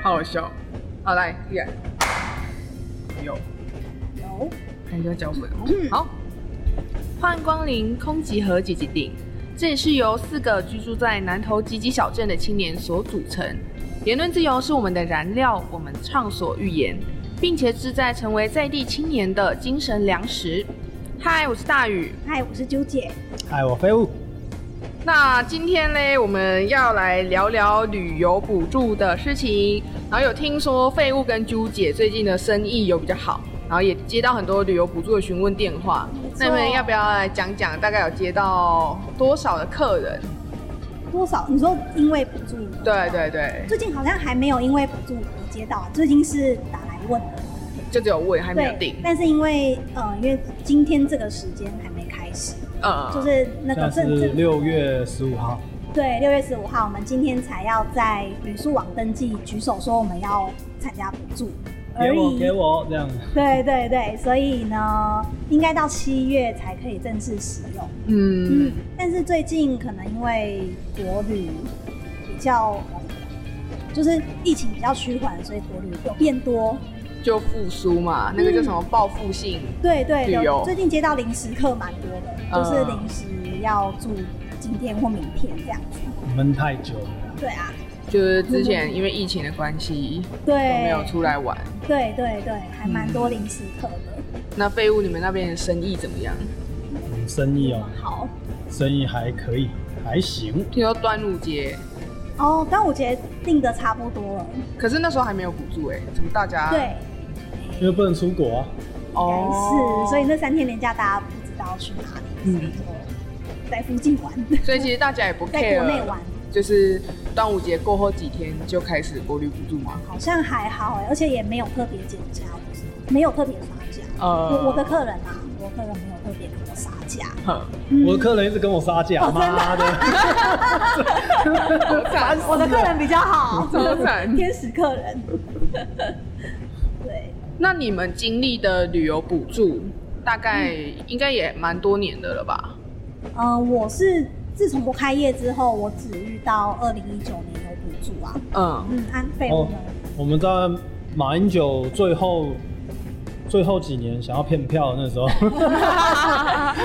好笑。好，来，依然有，有，感觉讲不了。好，欢迎光临空集合集集顶，这里是由四个居住在南投集集小镇的青年所组成。言论自由是我们的燃料，我们畅所欲言，并且旨在成为在地青年的精神粮食。嗨，我是大宇。嗨，哎我是纠姐。嗨，哎我飞物。那今天呢，我们要来聊聊旅游补助的事情。然后有听说废物跟朱姐最近的生意有比较好，然后也接到很多旅游补助的询问电话没。错那你们要不要来讲讲，大概有接到多少的客人？多少？你说因为补助？对。对对，最近好像还没有因为补助而接到，啊最近是打来问的。就只有问还没有定。但是因为呃，因为今天这个时间还没开始，呃，就是那个现在正是正六月十五号，对六月十五号，我们今天才要在旅宿网登记举手说我们要参加补助给而我已。给我这样。对对对，所以呢，应该到七月才可以正式使用。嗯嗯，，但是最近可能因为国旅比较，就是疫情比较趋缓，所以国旅有变多。就复苏嘛，那个叫什么报复性。对对，旅游嗯有最近接到临时客蛮多的，就是临时要住今天或明天这样子。闷太久了，对啊，就是之前因为疫情的关系，都对，没有出来玩。对对对，还蛮多临时客的。那废物，你们那边的生意怎么样？嗯生意哦，好生意还可以，还行。听说端午节，哦，端午节定的差不多了，可是那时候还没有补助哎、怎么大家哦对，因为不能出国啊，该是，所以那三天连假大家不知道去哪里，嗯所以就在附近玩， 所以其实大家也不 care，在国内玩。就是端午节过后几天就开始国旅补助嘛。好像还好哎、而且也没有特别减价，没有特别杀价。呃我我的客人啊，我客人没有特别跟我杀价。 哼我的客人一直跟我杀价，嗯哦真的妈的， 好惨，我的客人比较好，超 惨天使客人。对，那你们经历的旅游补助大概应该也蛮多年的了吧？嗯、我是自从我开业之后，我只遇到二零一九年有补助啊。嗯，嗯，安费我们、我们在马英九最后最后几年想要骗票的那 时候，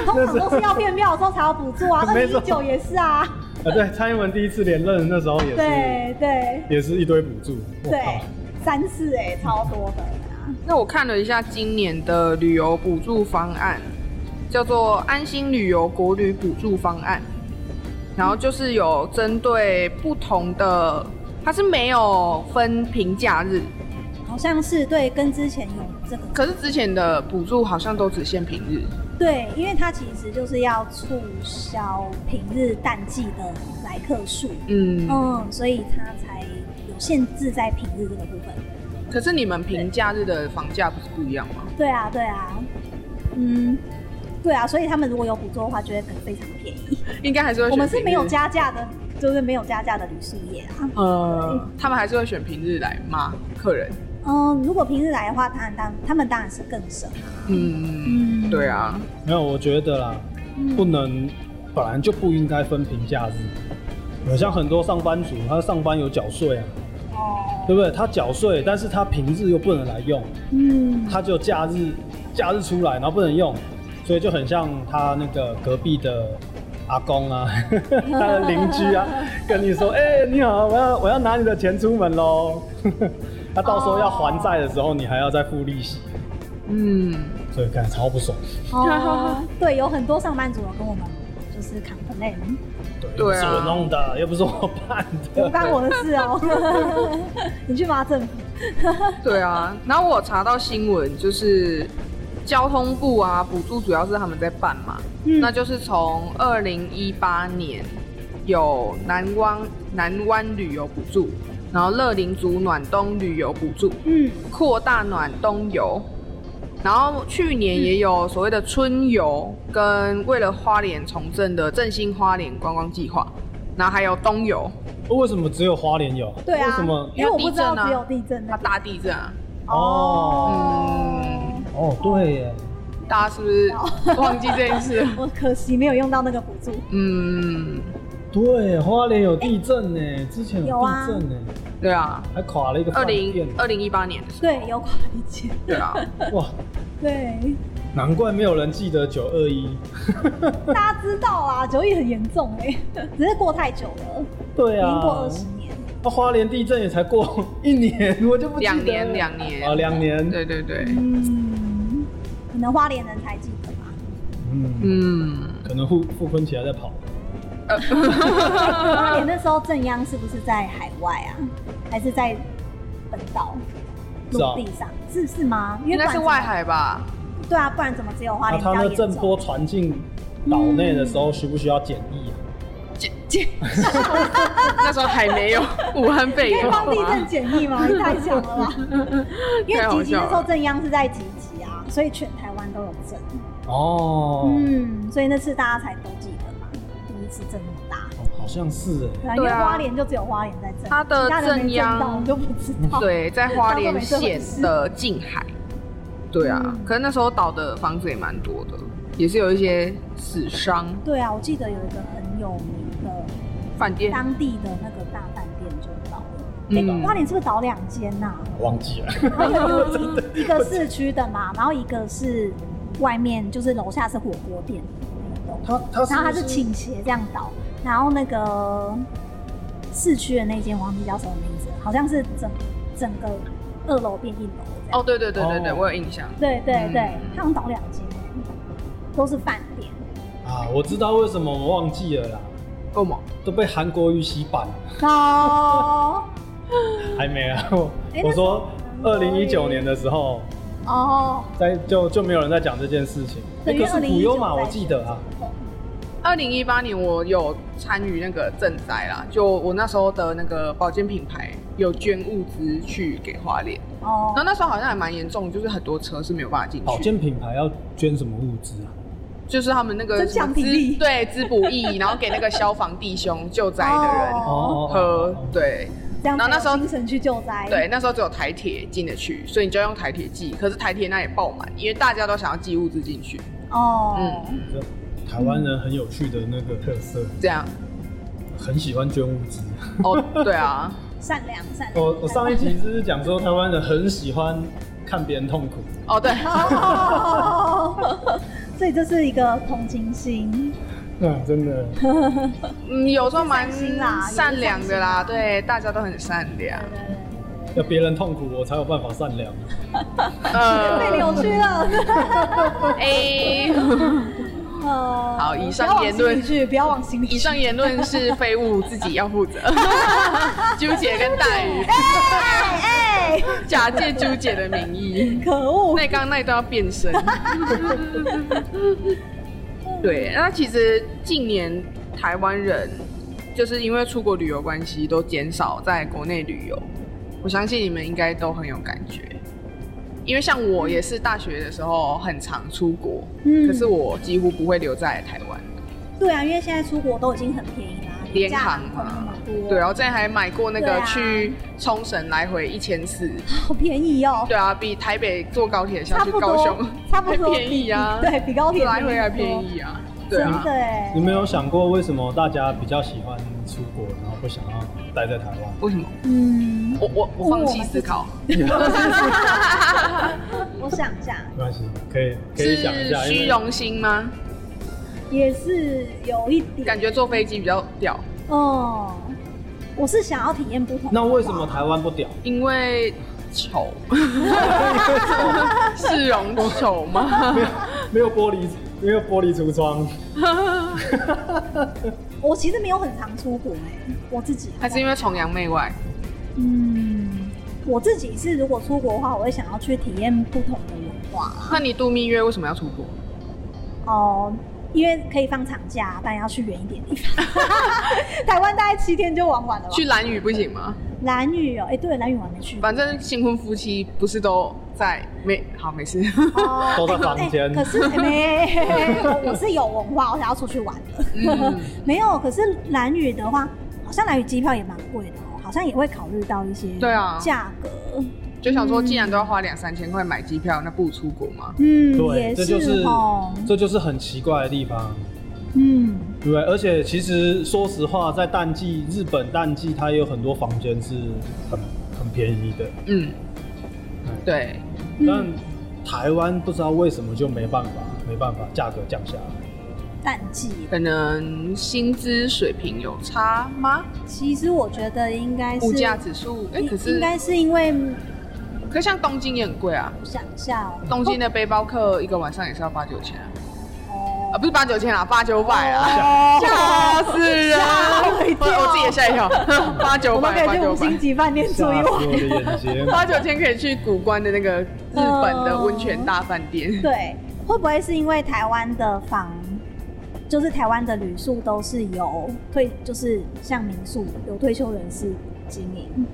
通常都是要骗票的时候才有补助啊，二没零错一九也是啊。啊，对，蔡英文第一次连任的那时候也是对对也是一堆补助，我对靠，，三次哎、超多的啊。那我看了一下今年的旅游补助方案，叫做安心旅游国旅补助方案，然后就是有针对不同的，它是没有分平假日，好像是对，跟之前有这个可是之前的补助好像都只限平日。对，因为它其实就是要促销平日淡季的来客数，嗯，嗯，所以它才有限制在平日这个部分。可是你们平假日的房价不是不一样吗？对啊，对啊，嗯，对啊，所以他们如果有补助的话，就会非常便宜。应该还是会选我们是没有平日，加价的，就是没有加价的旅宿业啊。呃，他们还是会选平日来骂客人。嗯，如果平日来的话，当然当他们当然是更省。啊嗯，嗯，对，啊，没有，我觉得啦，不能本来就不应该分平假日，有像很多上班族，他上班有缴税啊，哦，对不对？他缴税，但是他平日又不能来用， 嗯，他只有假日假日出来，然后不能用，所以就很像他那个隔壁的阿公啊， 他的邻居 啊，跟你说：“哎、你好，我要我要拿你的钱出门喽。” 他到时候要还债的时候，你还要再付利息，嗯，所以感觉超不爽。哦，对，有很多上班族有跟我们就是 complain。又不对是啊我弄的，又不是我办不的。干我的事 哦，你去骂政府。对啊。然后我有查到新闻，就是交通部啊，补助主要是他们在办嘛，嗯那就是从二零一八年有南湾南湾旅游补助，然后乐龄族暖冬旅游补助，嗯，扩大暖冬游，然后去年也有所谓的春游，跟为了花莲重振的振兴花莲观光计划，然后还有冬游，为什么只有花莲有？对啊，为什么？因为我不知道因为地震啊只有地震它那个大地震啊，哦嗯，哦，对耶，大家是不是忘记这件事？我可惜没有用到那个补助。嗯，对，花莲有地震呢、之前有有地啊震呢、对啊，还垮了一个二饭店零。二零一八年的时候，对，有垮一间，对啊，哇，对，难怪没有人记得九二一。大家知道啊，九一很严重哎、只是过太久了，对已经过啊二，十年，那花莲地震也才过 一年，我就不记得两年了两年啊，两年。对对对，啊嗯，可能花莲人才记得吧，嗯，嗯，可能傅傅昆奇还在跑。花莲那时候正央是不是在海外啊，还是在本岛是啊陆地上？是是吗？因为应不该然是怎么外，海吧？对啊，不然怎么只有花那莲比他较那严震重？嗯波传进岛内的时候，需不需要检疫啊？姐姐， 那时候还没有 武汉肺可炎以好帮地震吗？简易 吗？你太强 了吧！啊因太为好集集笑啊那时候了正央是在集集啊，所以全台湾都有震。哦，嗯，所以那次大家才都记得嘛，第一次震那么大。哦好像是对啊，因哎。对为啊花莲就只有花莲在震，它的其他人没震央嗯到我就不知道。对，在花莲县的近海。对啊，嗯可是那时候倒的房子也蛮多的，也是有一些死伤。对啊，我记得有一个很有名的饭店当地的那个大饭店就倒了。嗯花莲是不是倒两间呐？忘记了，然后有一一个市区的嘛，然后一个是外面，就是楼下是火锅店。他他然后它是不倾斜这样倒，然后那个市区的那间忘记叫什么名字，好像是整整个二楼变一楼这样。哦，对对对对对，哦我有印象。对对嗯对，它好像倒两间，都是饭店。啊，我知道为什么我忘记了啦，恶魔，都被韩国瑜洗版了，哦 还没 啊。我哎我那时候说二零一九年的时候，哦，在就就没有人在讲这件事情。对哎因可为是普悠嘛， 2019在我记得啊，二零一八年我有参与那个赈灾啦，就我那时候的那个保健品牌有捐物资去给花莲，然后 哦，那时候好像还蛮严重，就是很多车是没有办法进保去，健品牌要捐什么物资啊？就是他们那个增什么强体力滋对滋补益，然后给那个消防弟兄救灾的人哦喝，对这样然后那时候才有精神去救灾。对，，那时候只有台铁进得去，所以你就用台铁寄，可是台铁那也爆满，因为大家都想要寄物资进去，哦，嗯这台湾人很有趣的那个特色，这 样很喜欢捐物资。 哦，对啊，善良善良。我我上一 集就是讲说台湾人很喜欢看别人 痛苦，哦对，哦， 所以这是一个同情心。嗯，真的。嗯，有时候蛮善心啦有时候善良的啦，善心对，大家都很善良对。对对 要别人痛苦，我才有办法善良。呃被 扭曲了。哎 A，呃，好以上不要往言论心里去，不要往心里去。以上言论是废物自己要负 责，纠结跟大鱼哎，假借纠结的名义，可恶！那刚刚那一段要变 身。对，那其实近年台湾人就是因为出国旅游关系，都减少在国内旅游。我相信你们应该都很有感觉，因为像我也是大学的时候很常出国，嗯可是我几乎不会留在台湾。对啊，因为现在出国都已经很便宜啦，联价航空那嘛么多，对，然后啊之前还买过那对个啊去冲绳来回一千四，好便宜哦，对啊，比台北坐高铁下差去不高多雄，差不还多便宜啊，比对比高铁来回还便宜便很多宜啊，对真啊的。哎你，们有想过为什么大家比较喜欢出国，然后不想要待在台湾？为什么？嗯，我我我放问我弃们思自己考，哦我想一下，没关系，可以可是以想一下，因虚为荣心吗？也是有一点感觉坐飞机比较屌，哦。我是想要体验不同。那为什么？台湾不屌？因为 丑，市容丑吗？没有玻璃，没有玻璃橱窗， 我其实没有很常出国哎，我自己还是因为崇洋媚外？嗯，我自己是如果出国的话，我会想要去体验不同的文化。那你度蜜月为什么要出国？哦，因为可以放长假，但要去远一点地方。 台湾大概七天就玩完了吧？去蓝屿不行吗？蓝屿哦，哎、对，蓝屿我还没 去。反正新婚夫妻不是都在没好没事，哦都在哎房间哎可是哎没， 我我是有文化，我想要出去玩的。嗯，没有，可是蓝屿的话，好像蓝屿机票也蛮贵的哦，好像也会考虑到一些对啊价格。 就想说，既然都要花两三千块买机票，那不如出国嘛。嗯，对，也这就是哦。这就是很奇怪的地方。嗯，对不对？而且其实说实话，在淡季，日本淡季它也有很多房间是很很便宜的，嗯，对，嗯但台湾不知道为什么就没办法，没办法价格降下来。淡季。可能薪资水平有差吗？其实我觉得应该是物价指数，哎、应可应是该是因为嗯可是像东京也很贵啊，我想一下哦，东京的背包客一个晚上也是要八九千啊，哦啊不是八九千啊，八九百啊，哦吓死人！吓我一我跳我自己也吓一 跳，八九我们可百，以八去九五星百。级饭店住一吓死我晚。的眼睛！八九千可以去古关的那个日本的温泉大饭店，对，会不会是因为台湾的房，就是台湾的旅宿都是由退，就是像民宿由退休人士经营，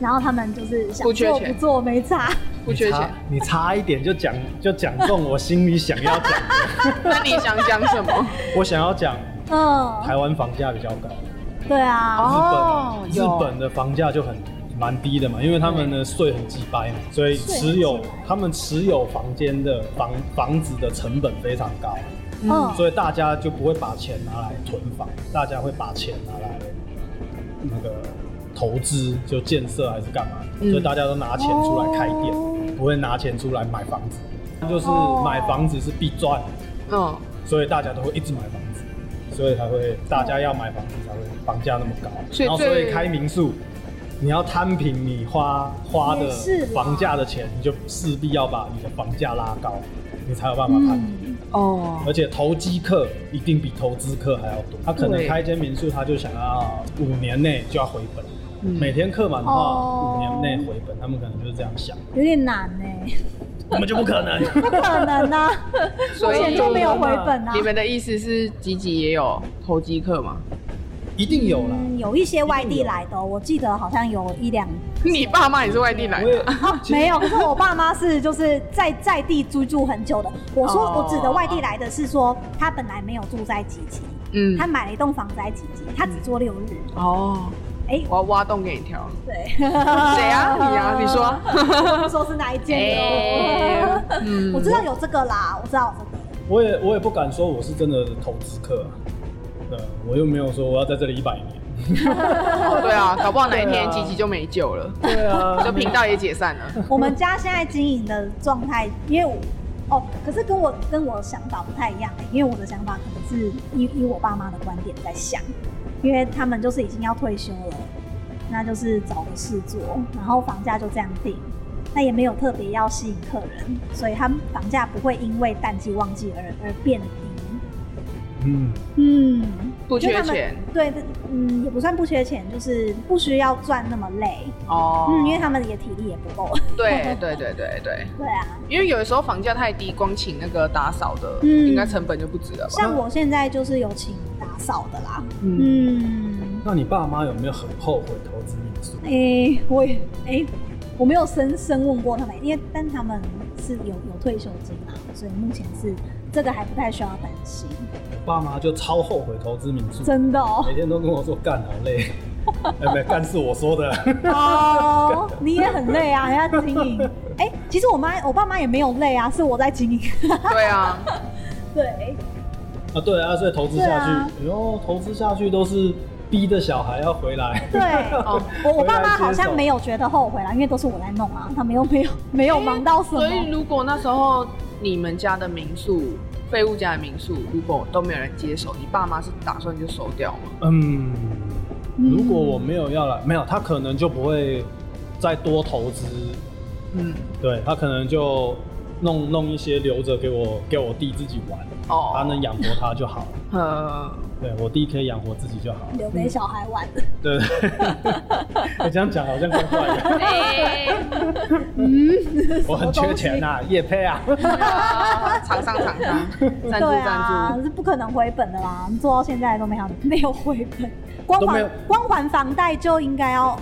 然后他们就是想不缺做钱不做没差，不缺你钱差。，你差一点就讲就讲中我心里想要讲的，那你想讲什 么？我想要讲台嗯，湾房价比较高，对啊，哦日本有日本的房价就很蛮低的嘛，因为他们的税很鸡掰嘛，所以税很持有鸡掰他们持有房间的房房子的成本非常高，嗯，所以大家就不会把钱拿来囤房，大家会把钱拿来那个投资，就建设还是干嘛，嗯所以大家都拿钱出来开店，哦不会拿钱出来买房子，就是哦买房子是必赚，嗯，所以大家都会一直买房子。所以才会，大家要买房子才会房价那么高，所以然后所最以开民宿，你要摊平你花花的也是啦房价的钱，你就势必要把你的房价拉高，你才有办法摊平。嗯，哦，而且投机客一定比投资客还要多，他可能对开一间民宿，他就想要五年内就要回本，嗯每天客满的话，哦五年内回本，他们可能就是这样想，有点难呢、我们就不 可能。不可能啊， 所以钱就没有回本啊你。们的意思是吉吉也有投机客吗？一定有啦。嗯，有一些外地来的哦、我记得好像有一两你爸妈也是外地来我也的，其嗯 实没有，可是我爸妈是就是在在地居住很久的。我说哦我指的外地来的是说，他本来没有住在集集，嗯他，买了一栋房子在集集，他只做六日。哦，哎、我要挖洞给你跳。对，谁谁啊你啊你说不说是哪一 间哎的？嗯 我知道有这个啦，我知道有这个。我也我也不敢说我是真的投资客、啊，对，我又没有说我要在这里一百年。哦，对啊，搞不好哪一对天啊吉吉就没救了，对啊，就频道也解散了。我们家现在经营的状态，因为我哦，可是跟我跟我想法不太一样、因为我的想法可能是以以我爸妈的观点在想，因为他们就是已经要退休了，那就是找个事做，然后房价就这样定，那也没有特别要吸引客人，所以他们房价不会因为淡季旺季而而变低。 嗯，嗯，不缺就他们钱。对，嗯，也不算不缺钱，就是不需要赚那么累。哦，嗯，因为他们也体力也不够。对对对对对，对啊，因为有的时候房价太低，光请那个打扫的，嗯应该成本就不止了吧？像我现在就是有请打扫的啦。嗯，嗯，那你爸妈有没有很后悔投资民宿？诶、我也诶、我没有深深问过他们，因为但他们是有有退休金啊，所以目前是这个还不太需要担心。我爸妈就超后悔投资民宿，真的哦、每天都跟我说干好 累，哎，没干是我说的。哦， 你也很累啊，还要经营。诶、其实我妈我爸妈也没有累啊，是我在经营。对啊， 对，啊，对啊，所以投资下去，对啊然后、投资下去都是逼着小孩要回来。对哦，我我爸妈好回来接手像没有觉得后悔啦，因为都是我在弄啊，他们又没有没有忙到什么所。以如果那时候你们家的民宿、废物家的民宿，如果都没有人接手，你爸妈是打算就收掉吗？嗯，嗯如果我没有要来，没有他可能就不会再多投资，嗯，对他可能就弄弄一些留着给我给我弟自己玩，哦，他能养活他就好。呃，对我弟可以养活自己就好。留给小孩玩。对， 你这样讲好像怪怪的。嗯，我很缺钱呐、啊，叶配啊。厂商厂商赞助啊对赞啊，助，是不可能回本的啦！做到现在都没有 没有回本，光都没有还光还房贷就应该要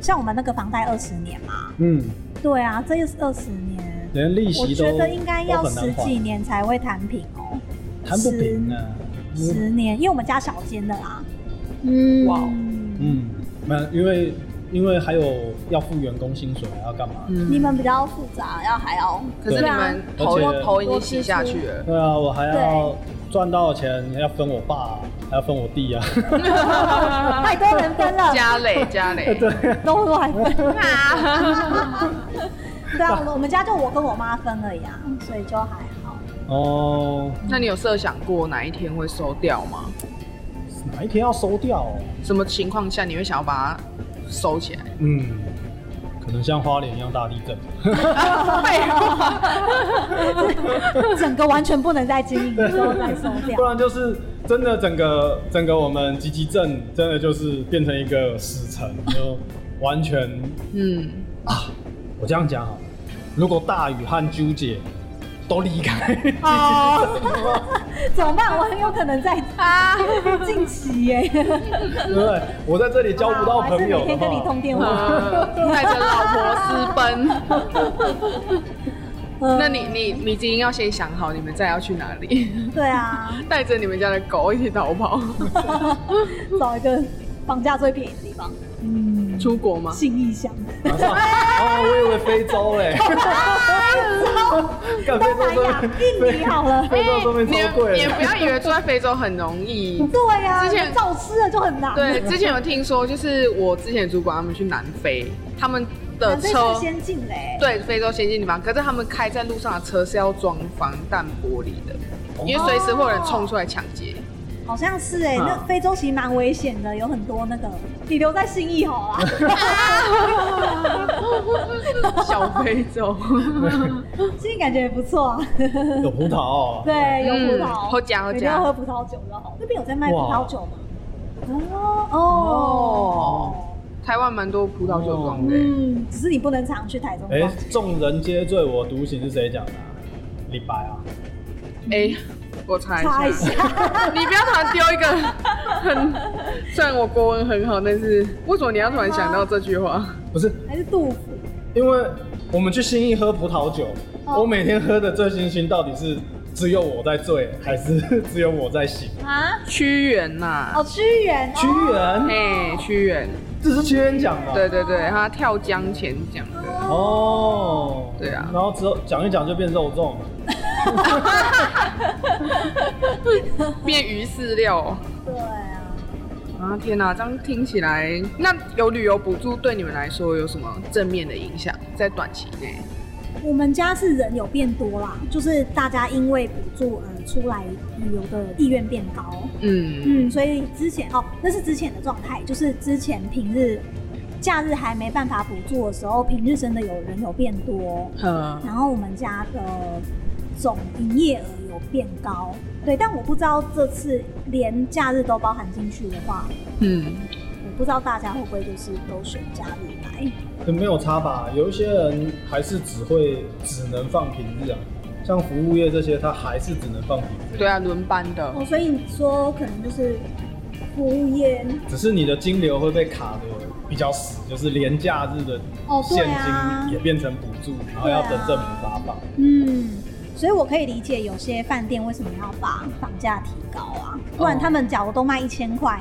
像我们那个房贷二十年嘛。嗯，对啊，这又是二十年，连利我息都觉得应该要都很难十还几年才会摊平哦、谈不平啊。十年，因为我们家小间的啦。嗯，哇嗯，那因为因为还有要付员工薪水，还要干嘛？你嗯，们比较复杂，要还要 可是你们对啊头而且头已经洗下去了，对啊，我还要对赚到的钱要分我爸、还要分我弟啊。 太多人分 了，加累加累，都乱分。啊，对啊，我们我们家就我跟我妈分而已啊，所以就还好。哦，那你有设想过哪一天会收掉吗？哪一天要收掉、哦？什么情况下你会想要把它收起来？嗯，可能像花莲一样大地震。废话， 整个完全不能再经营，之后再收掉不。然就是真的整个整个我们集集镇真的就是变成一个死城，就完全嗯。我这样讲好，如果大禹和纠结都 离开集集镇哦的话，怎么办？我很有可 能在啊，近期耶，对不对？我在这里交不到朋友 我还是每的天跟你话通，电话。 呃带着老婆私奔。嗯那你你你已经要先想好你们再要去哪里， 对啊， 带着你们家的狗一起逃 跑，找一个房价最便宜的地方，嗯，出国吗？信义乡。马上哦，我以为非 洲嘞，干非东洲南亚说，印尼好了。非洲说明你也超贵哎你也不的，要以为住在非洲很容易。对呀、啊，之前照吃了就很 难。对，之前有听说，就是我之前的主管他们去南非，他们的反正车是先进嘞。对非洲先进地方，可是他们开在路上的车是要装防弹玻璃的，因为随时会有人冲出来抢 劫。好像是哎、嗯那非洲其实蛮危险的，有很多那个，你留在信义好 了。小非洲，信义感觉也不错啊。 有葡萄哦，对，有葡萄，嗯喝假喝假每天要喝葡萄酒就好。那边有在卖葡萄酒吗？哦哦哦，台湾蛮多葡萄酒庄的欸。嗯，只是你不能常去台中哎逛。，众人皆醉我独醒是谁讲的啊？李白啊，哎、我查一下，查一下，你不要突然丢一个很，虽然我国文很好，但是为什么你要突然想到这句话？不是 还是杜甫？因为我们去新义喝葡萄酒，哦我每天喝的醉醺醺，到底是只有我在醉，还是 只有我在醒？啊？屈原呐、哦，屈原。屈原，哎、屈原，这是屈原讲的。对对对，他跳江前讲的，哦，对啊然后之后讲一讲就变肉粽，变鱼饲料。对啊，啊天哪、这样听起来，那有旅游补助对你们来说有什么正面的影响？在短期内，我们家是人有变多啦，就是大家因为补助而出来旅游的意愿变高。嗯嗯，所以之前哦，那是之前的状态，就是之前平日、假日还没办法补助的时候，平日真的有人有变多，呃，然后我们家的总营业额有变高。对，但我不知道这次连假日都包含进去的话，嗯，我不知道大家会不会就是都选假日来。可没有差吧？有一些人还是只会只能放平日啊，像服务业这些，他还是只能放平日。对啊，轮班的哦，，所以你说可能就是服务业只是你的金流会被卡的比较死，就是连假日的哦对现啊金也变成补助，然后要等政府发放。嗯，所以我可以理解有些饭店为什么要把房价提高啊，不然他们假如都卖一千块，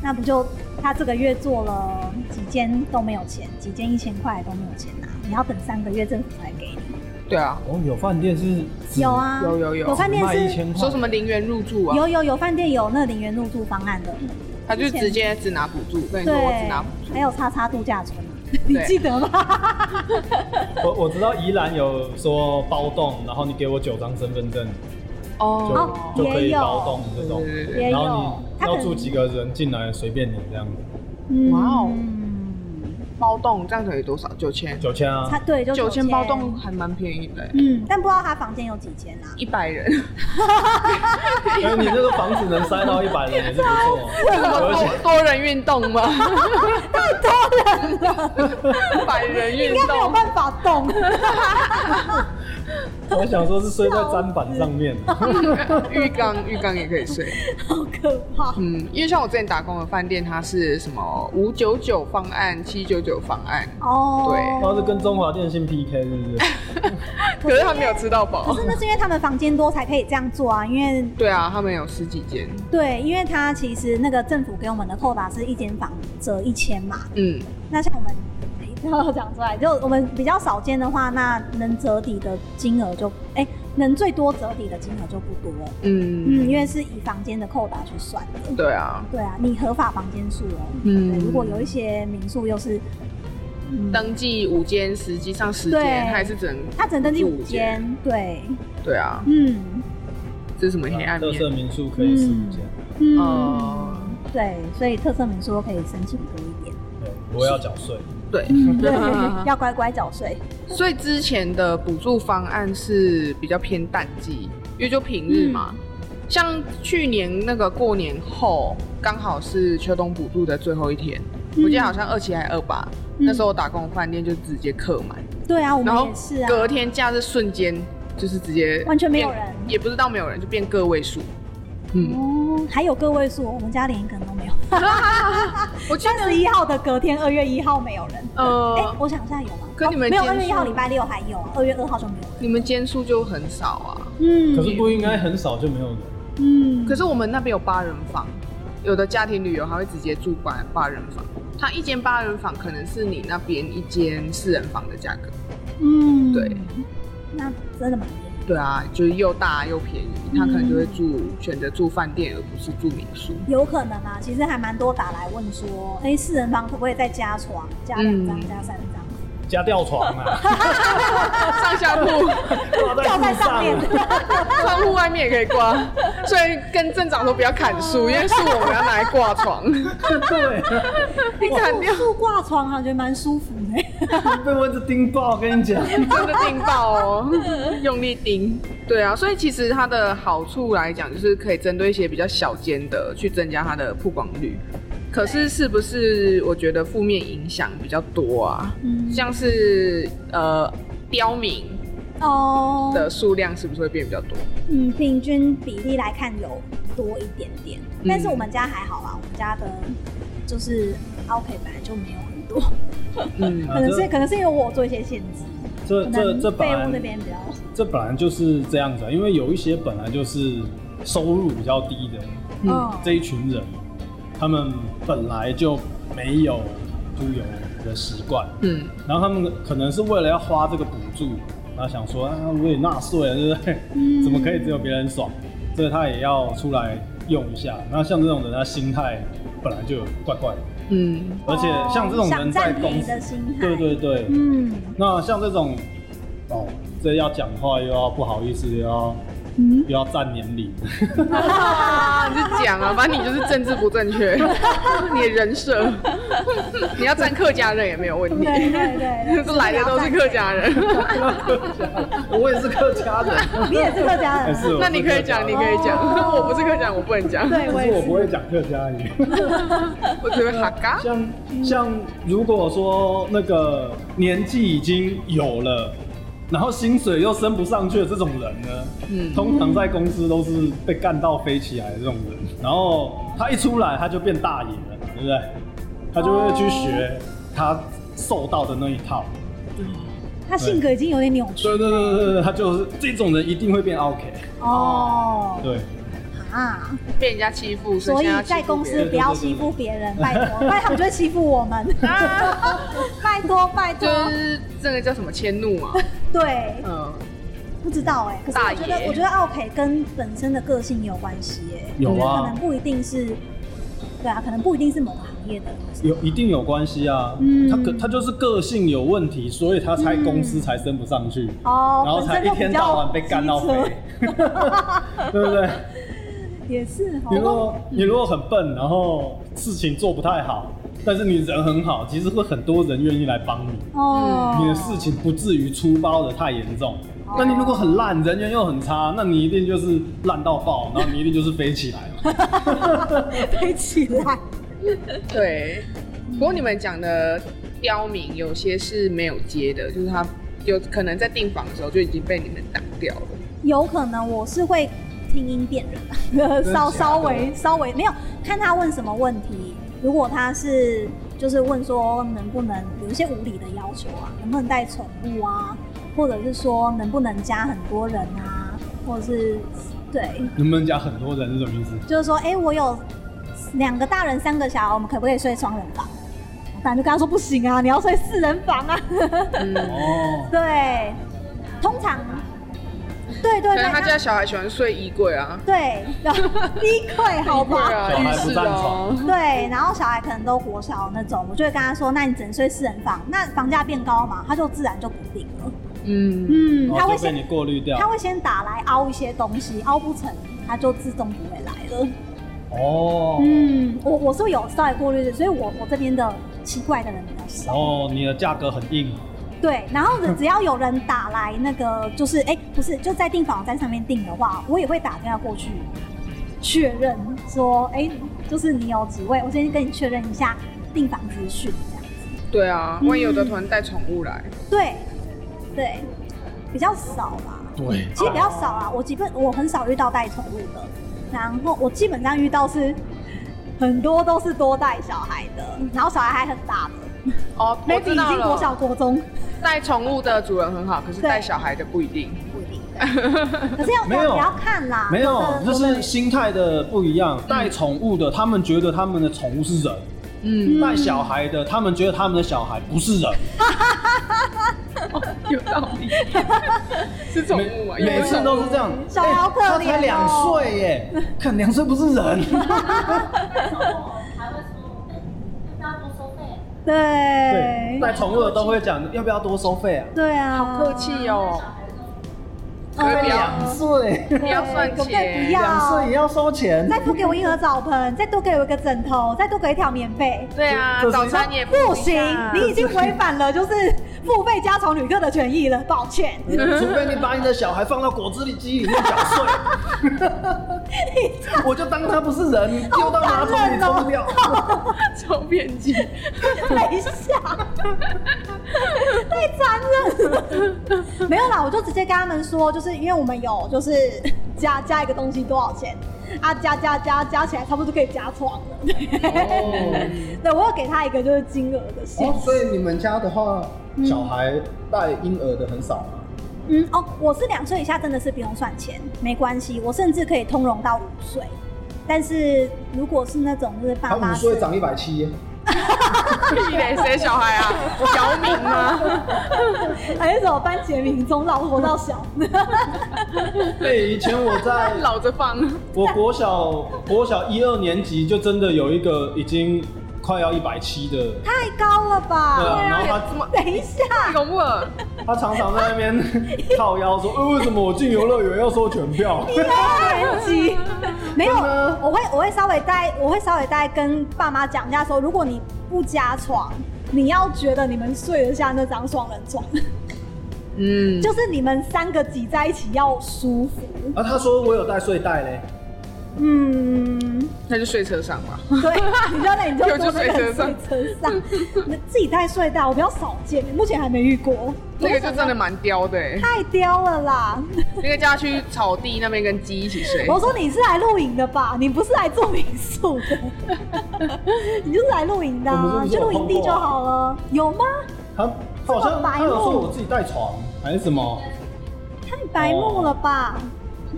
那不就他这个月做了几间都没有钱，几间一千块都没有钱拿、你要等三个月政府才给你。对啊，哦，有饭店是只有，啊，有有有有饭店卖一是。千块，说什么零元入住啊？有有有饭店有那零元入住方案的，他就直接只拿补助，跟你说我只对拿补，助。还有叉叉度假村，你记得吗？我我知道宜兰有说包栋，然后你给我九张身份证就、哦就也可以有包栋这种，对对对，也然有后，你他要可住能几个人进来随便你这样，嗯哇哦包栋这样可以多少？九千，九千啊他，对就九千包栋，还蛮便宜的欸，嗯，但不知道他房间有几间啊啦、一百人。因为你那个房子能塞到一百人也是不错，而多且多人运动吗？太多人了，百人运应该没有动。办法动。 我想说是睡在砧板上面， 浴缸，浴缸也可以睡。好可怕！嗯，因为像我之前打工的饭店，它是什么五九九方案、七九九方案，哦，对然后是跟中华电信 PK 是不是？可是他没有吃到可饱是。那是因为他们房间多才可以这样做啊，因为对啊，他们有十几间。对，因为他其实那个政府给我们的扣打是一间房折一千嘛，嗯，那像我们。要讲出来，就我们比较少见的话，那能折抵的金额就哎、能最多折抵的金额就不多了。嗯，嗯，因为是以房间的扣打去算的。对啊，对啊，你合法房间数哦。嗯对如果有一些民宿又是，嗯，登记五间，实际上十对间，它还是只能他只能登记五五间间，对，对啊，嗯这是什么黑暗特色面？民宿可以四五间，嗯、哦对，所以特色民宿都可以申请 多一点。对，不过要缴税。对，嗯，对，要乖乖缴税。 所以之前的补助方案是比较偏淡季，因为就平日嘛。嗯像去年那个过年后，刚好是秋冬补助的最后一天，嗯我记得好像二七还二八、那时候我打工的饭店就直接客满，对嗯啊，我然们后也是啊，隔天假日瞬间就是直接完全没有变人也不知道没有人，就变个位数。嗯，哦，还有个位数，我们家连一个人都没有。我记三得十一号的隔天，二月一号没有人。哎、呃，我想一下有吗？可你们哦没有，间二月一数号礼拜六还有，二月二号就没有了。你们间数就很少啊。嗯可是不应该很少就没有人，嗯可是我们那边有八人房，有的家庭旅游还会直接住八八人房。它一间八人房可能是你那边一间四人房的价格。嗯对，那真的蛮便宜。对啊，就是又大又便宜，他可能就会住、选择住饭店，而不是住民宿。有可能啊，其实还蛮多打来问说，哎、四人房可不可以再加床，加两张、嗯加三张，加吊床啊，上下铺、挂 在吊在树上面。窗户外面也可以挂，所以跟镇长说不要砍树，因为树我们要拿来挂床。对，你砍掉哎树挂床好像觉得蛮舒服的、被蚊子叮爆，我跟你讲。真的钉爆哦，用力钉。对啊，所以其实它的好处来讲，就是可以针对一些比较小间的去增加它的曝光率。可是是不是我觉得负面影响比较多啊？嗯，像是呃刁民哦，的数量是不是会变比较多？嗯，平均比例来看有多一点点，嗯但是我们家还好啦，我们家的就是 OK 本来就没有很多，嗯，可能是啊这可能是因为我有做一些限制，这可这能这废物本那来边比较这本来就是这样子、啊，因为有一些本来就是收入比较低的嗯嗯这一群人，他们本来就没有出游的习惯，嗯，然后他们可能是为了要花这个补助，然后想说啊我也纳税了，对不对？嗯怎么可以只有别人爽？所以他也要出来用一下。那像这种人，他心态本来就有怪怪的，嗯而且像这种人嗯想在占便公宜司的，心态，对对对，嗯，那像这种，哦，这要讲话又要不好意思，又要、嗯又要占年龄，啊，你就讲啊，反正你就是政治不正确， 你的人设， 你要站客家人也没有问对题，对对 对，就来的都是客家人。 我也是客家人，你也是客家还人是啊，我 那你可以讲，你可以讲， 哦我不是客家人，我不能讲，对，我但是也我不是，会讲客家语。我只会哈啊嘎。像像如果说那个年纪已经有了，然后薪水又升不上去的这种人呢，嗯通常在公司都是被干到飞起来的这种人，然后他一出来他就变大爷了，对不对？他就会去学他受到的那一套。他性格已经有点扭曲对对对对对，他就是这种人一定会变 OK。哦对，啊，被人家欺负，所以以现在在公司不要欺负别人，拜 托，对对对对不然他们就会欺负我们。 拜托，拜啊就托，是这个叫什么迁怒嘛，对，嗯，不知道哎、可是我觉大得，爷我觉得奥 K 跟本身的个性有关系耶、有啊我觉得可能不一定是，对啊，可能不一定是某个行业的，有一定有关系啊。嗯他可他就是个性有问题，所以他才公司嗯才升不上去。哦，然后才一天到晚被干到本身就 飞，对不对？哦比较机车，也是你如哦。果你如果很笨，然后事情做不太好，但是你人很好，其实会很多人愿意来帮你，哦，嗯你的事 情不至于粗包的太严重。那你如果很烂，人缘又很差，那你一定就是烂到爆，然后你一定就是飞起来嘛。飞起来，对。不过你们讲的刁民有些是没有接的，就是他有可能在订房的时候就已经被你们挡掉了。有可能我是会听音辨 人，的稍假的稍微稍微没有看他问什么问题。如果他是就是问说能不能有一些无理的要求啊，能不能带宠物啊，或者是说能不能加很多人啊，或者是对，能不能讲很多人是什么意思？就是说哎、诶我有两个大人三个小孩，我们可不可以睡双人房？我当然就跟他说不行啊，你要睡四人房啊。嗯，哦，对，通常对对可对，能他家小孩喜欢睡衣柜啊，对，然后衣柜好衣柜 吧。啊，小浴孩不室占哦床，对，然后小孩可能都国小那种，我就会跟他说，那你只能睡四人房，那房价变高嘛，他就自然就不定了。嗯，嗯，哦然他后会就被先你过滤掉他。会先打来凹一些东西，凹不成，他就自动不会来了。哦，嗯，我我是有稍微过滤的，所以我我这边的奇怪的人比较少。哦，你的价格很硬，对，然后只要有人打来那个，就是哎、不是就在订房在上面订的话，我也会打电话过去确认说，哎、就是你有几位，我先跟你确认一下订房资讯这样子。对啊，万一有的团带宠物来，对，对，比较少吧，对其实比较少啊，我基本我很少遇到带宠物的，然后我基本上遇到是很多都是多带小孩的，然后小孩还很大的哦，我，maybe 知已道经国小了，国中带宠物的主人很好，可是对带小孩的不一定，不一定， 对可是要没有也要看啦，没有，的这的是心态的不一嗯样。带宠物的，他们觉得他们的宠物是人；嗯，带小孩的，他们觉得他们的小孩不是人。有道 理，是宠物啊嘛，每每次都是这样。小孩好可怜哦哎他才两岁耶， 看两岁不是人。还会说，哎，要不要多收费？对对，带宠物的都会讲要不要多收费啊？对啊，好客气哦，嗯，可以啊两岁，哦不要算对可不可以钱不要两岁也要收钱。再多给我一盒澡盆，再多给我一个枕头，再多给我一条棉被。对啊这，是早餐你也不付一行下， 你已经违反了就是 付费加床旅客的权益了，抱 歉， 除非你把你的小孩放到果汁机里面搅碎， 我就当他不是人，丢到马桶哦里冲 掉。 超偏激，等一下，太残 忍了。没有啦，我就直接跟他们说，就是因为我们有就是 加加一个东西多少钱啊，加加加加起来差不多就可以加床了。对，我有给他一个就是金额的限哦，制。所以你们家的话，小孩带婴儿的很少吗？嗯，哦，我是两岁以下真的是不用算钱，没关系，我甚至可以通融到五岁。但是如果是那种就是爸他妈五是岁长一百七，屁嘞，谁小孩啊？小敏吗？还是什么班杰明从老活到 小， 对，以前我 在老着放，我国小国小一二年级就真的有一个已经快要一百七的，太高了吧？对啊然后怎么 等一下，有木耳？他常常在那边 靠腰说：“哎，为什么我进游乐园要收全票 二年级没有，我会我会稍微带，我会稍微带跟爸妈讲一下说，如果你不加床，你要觉得你们睡得下那张双人床， 嗯，就是你们三个挤在一起要舒服。？”然后啊他说：“我有带睡袋嘞。嗯，那就睡车上吧。嗯 对，你知道那你就有坐就在睡那车个上水车上，你自己带睡袋，我比较少见，目前还没遇过。那个就真的蛮刁的哎，太刁了啦！那个叫他去草地那边跟鸡一起睡。我说你是来露营的吧？你不是来做民宿的， 你就是来露营的、我啊，们你是去不露是有碰过营啊地就好了。有吗？他他好像他有说我自己带床还是什么，太白目了吧！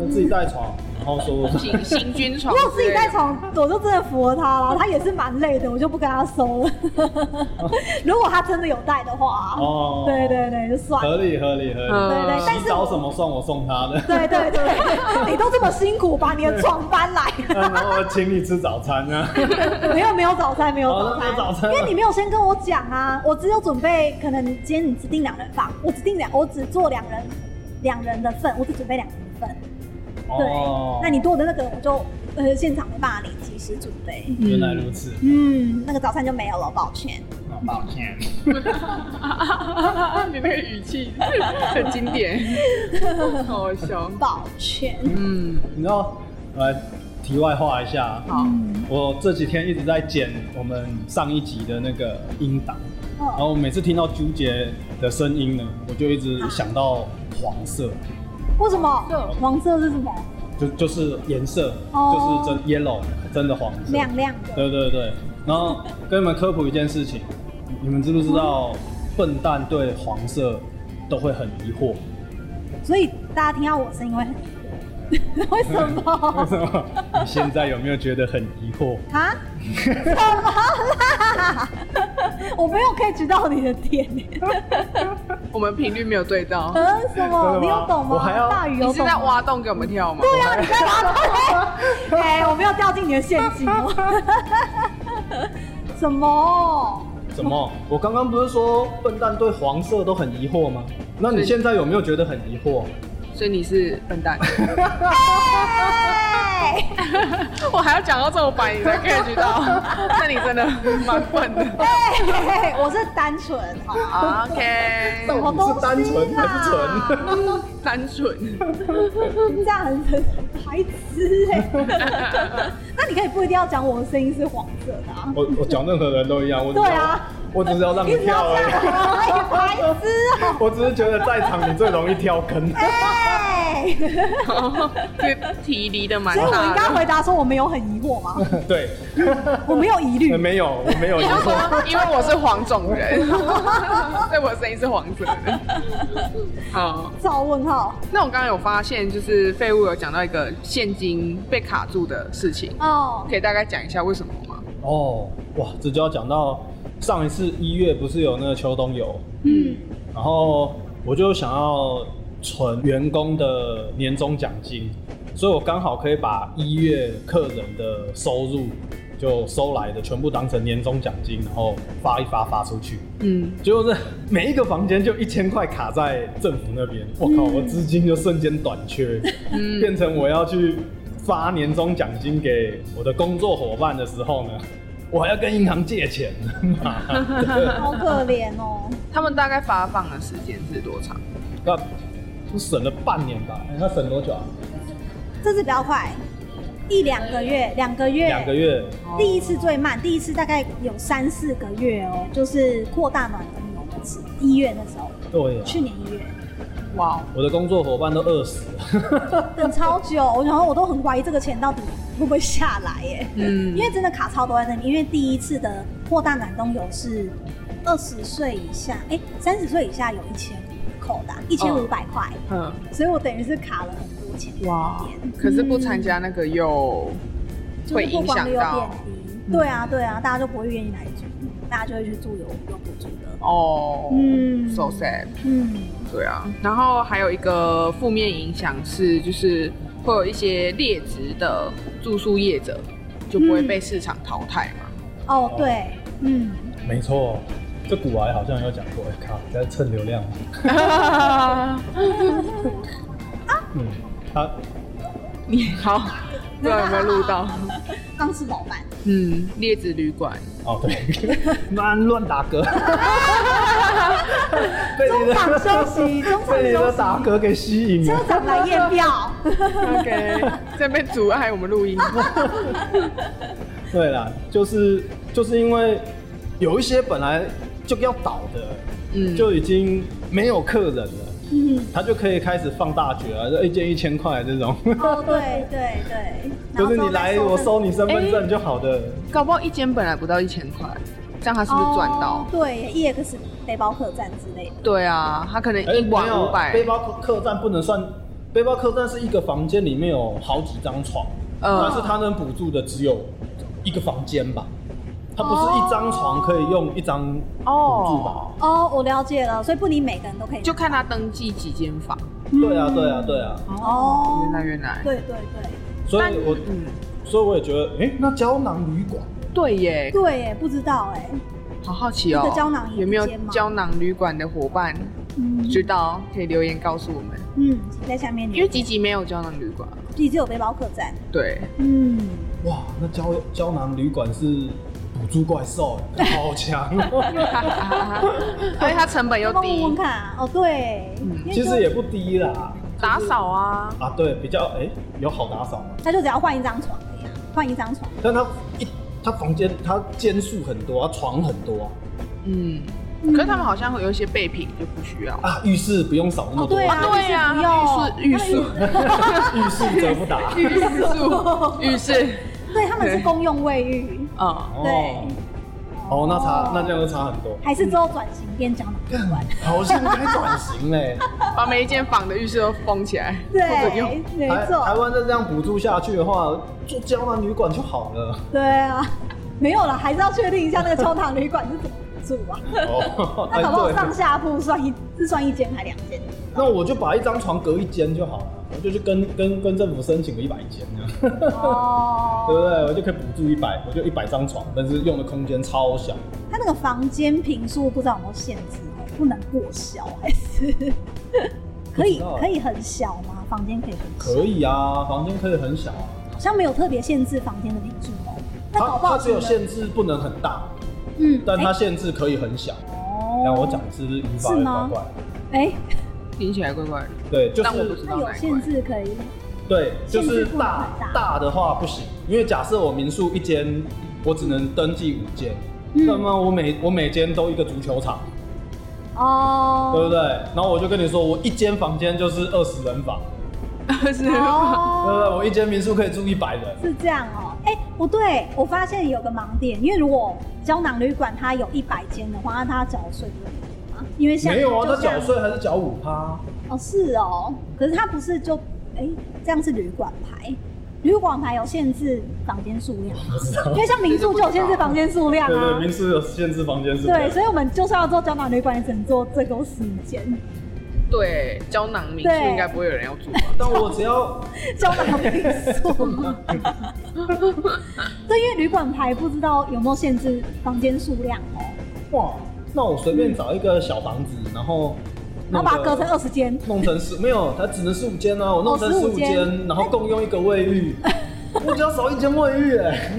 那自己带床，然后说我行行军床哦啊如之类的，果自己带床，我就真的服了他了。他也是蛮累的，我就不跟他收了。 如果他真的有带的话， 哦呃对对对，就算了。合理合理合嗯理。对对，但洗是澡什么算我送他 的，对对 对，你都这么辛苦，把你的床搬来，然后嗯我请你吃早餐 啊。没有没有早餐，没有早哦那没餐，有早餐因为你没有先跟我讲啊，我只有准备，可能今天你只订两人房，我只订两，我只做两人两人的份，我只准备两人份，对，哦那你多的那个我就呃现场没办法领，及时准备，原来如此，嗯，那个早餐就没有了，抱歉。好抱歉。 你那个语气很经典， 好好笑。抱歉，嗯，你知道，呃，题外话一下，啊好，嗯我这几天一直在剪我们上一集的那个音档，然哦，后每次听到纠结的声音呢，我就一直想到黄色，为什么？黄色是什么？就就是颜色，哦就是真 yellow，真的黄色。亮亮的。对对对，然后跟你们科普一件事情， 你们知不知道笨蛋对黄色都会很疑惑？ 所以大家听到我声音会很疑惑，为什么？ 为什么？你现在有没有觉得很疑惑？啊？怎么啦？我没有 catch 到你的点，我们频率没有对到。嗯，什真的吗么？你有懂吗？我还要大鱼有你是懂在吗？挖洞给我们跳吗？对啊，你在挖洞。哎，我没有掉进你的陷阱哦。什么？怎么？我刚刚不是说笨蛋对黄色都很疑惑吗？那你现在有没有觉得很疑惑？所以你是笨 蛋。哎，我还要讲到这么白，你才 catch 到，那你真的蛮笨的。 哎，我是单纯，好吗 OK，到什么底东是西单纯还是啦纯？单纯。这样很很白痴哎、那你可以不一定要讲我的声音是黄色的啊， 我我讲任何人都一样，我只对是要啊我只是要让你你只要跳这而样已。啊，白痴哦、 我只是觉得在场你最容易跳 坑。 哎，这题离得蛮所以我大应该的。回答说我没有很疑惑 吗？对，我没有疑虑 呃。没有，我没有疑啊惑。因为我是黄种人， 所以我的声音是黄色的。好，照问号那我刚刚有发现，就是废物有讲到一个现金被卡住的事情，哦，可以大概讲一下为什么吗？哦，哇，这就要讲到上一次一月不是有那个秋冬游，嗯，然后我就想要存员工的年终奖金，所以我刚好可以把一月客人的收入就收来的全部当成年终奖金，然后发一发发出去。嗯，结果是每一个房间就一千块卡在政府那边，我靠，我资金就瞬间短缺，嗯嗯变成我要去发年终奖金给我的工作伙伴的时候呢， 我还要跟银行借钱，妈 的 好可怜哦、他们大概发放的时间是多长？那我省了半年吧，哎那省多久啊？这次比较快，一两个月，两个月，两个月。第一次最慢，第一次大概有三四个月哦、就是扩大暖冬游那次，一月那时候，对啊，去年一月。哇，哦我的工作伙伴都饿死 了。等超久，然后我都很怀疑这个钱到底会不会下来耶，嗯因为真的卡超多在那里。因为第一次的扩大暖冬游是二十岁以下，哎、3三十岁以下有一千扣的啊，一千五百块，嗯，所以我等于是卡了很多钱。哇，哦可是不参加那个又嗯就会是影不响光有到嗯点低，对啊对啊，大家就不会愿意来住，大家就会去住有有补助的。哦，嗯 s o sad。嗯，对啊，然后还有一个负面影响是，就是会有一些劣质的住宿业者就不会被市场淘汰嘛。哦对，嗯，没错，这古癌好像有讲过，哎靠，在蹭流量。嗯，他 你好， 不知道有没有录到？刚吃饱饭，嗯，劣质旅馆，哦 对，乱乱打嗝，被你中场的休息，中场被你休的息，打嗝给吸引车了。长来验 票。 OK，在被阻碍我们录 音。对啦，就是就是因为有一些本来就要倒的，嗯，就已经没有客人了，嗯，他就可以开始放大决啊，就一件一千块这种。哦，对对对， 就是你来，我收你，你身份证就好的。搞不好一间本来不到一千块，这样他是不是赚到？哦对，EX 背包客栈之类的。对啊，他可能哎一晚没有五百背，包客栈不能算，背包客栈是一个房间里面有好几张床，嗯但是他能补助的只有一个房间吧。它不是一张床可以用一张补助吧哦？哦，我了解了，所以不你每个人都可以。就看他登记几间房。对啊，对啊，对啊。哦原来原来，嗯对对对，所但以我，嗯，所以我也觉得，哎，那胶囊旅馆，对耶，对耶，不知道哎，好好奇哦一个，胶囊有没有一间吗胶囊旅馆的伙伴嗯知道？可以留言告诉我们，嗯，在下面因为吉吉没有胶囊旅馆。你只有背包客栈， 对， 嗯，哇，那胶胶囊旅馆是补助怪兽， 好强哦！ 而且它成本又要不要问低问，看啊，哦对嗯，因为其就实也不低啦，打扫啊，啊，对，比较哎、有好打扫吗？他就只要换一张床而已啊，换一张床，但他一他房间他间数很多，他床很多啊嗯，嗯可是他们好像会有一些备品就不需要。啊，浴室不用扫那么哦多，对啊对呀，浴浴室室浴不室。浴室则不打 浴室浴室，对他们是公用卫浴，哦嗯，对，哦，那差那这样就差很多。还是之后转型变胶囊旅馆？好像该转型嘞。把每一间房的浴室都封起来。对， 没台台错，湾再这样补助下去的话，做胶囊旅馆就好了。对啊，没有了，还是要确定一下那个胶囊旅馆是怎么住 啊？ 哦，那搞不好哎对上下铺算一是算一间还两 间？那我就把一张床隔一间就好了，我就去跟跟跟政府申请个一百间这样，对不哦，对？我就可以补助一百，我就一百张床，但是用的空间超小。他那个房间平数不知道有没有限制哦，不能过小还是？ 可以不知道可以很小吗？房间可以很小？可以啊，嗯房间可以很小啊，好像没有特别限制房间的平数哦。那它搞不好它只有除了限制不能很大，嗯，但它哎限制可以很小。哎哦那我讲的是不是语是法有点吗怪怪的？哎，听起来怪怪的，对，就但我不知是那道有哪一限块。制可以对，就限制是不能大很大大的话不行，因为假设我民宿一间，我只能登记五间，嗯那么我每我每间都一个足球场，哦，对不对？然后我就跟你说，我一间房间就是二十人房，是对不对？哦，我一间民宿可以住一百人，是这样哦。哎、不对，我发现有个盲点，因为如果胶囊旅馆它有一百间的话，那它缴税不会很多吗？因为像没有啊，就他像缴税还是缴五趴，哦，是哦。可是它不是就哎、这样是旅馆牌，旅馆牌有限制房间数 量，不知道因。为像民宿就有限制房间数量对对，啊。民宿有限制房间是不对，是？所以我们就算要做胶囊旅馆，也只能做最多十间。 对，胶囊民宿对应该不会有人要住吧？但我只要胶囊民宿。 对，因为旅馆牌不知道有没有限制房间数量哦，哇，那我随便找一个小房子，然后然弄后把它个隔成二十间。弄成十没有，它只能十五间啊，我弄成哦十15五间间，然后共用一个卫 浴，我只要少一间卫浴哎、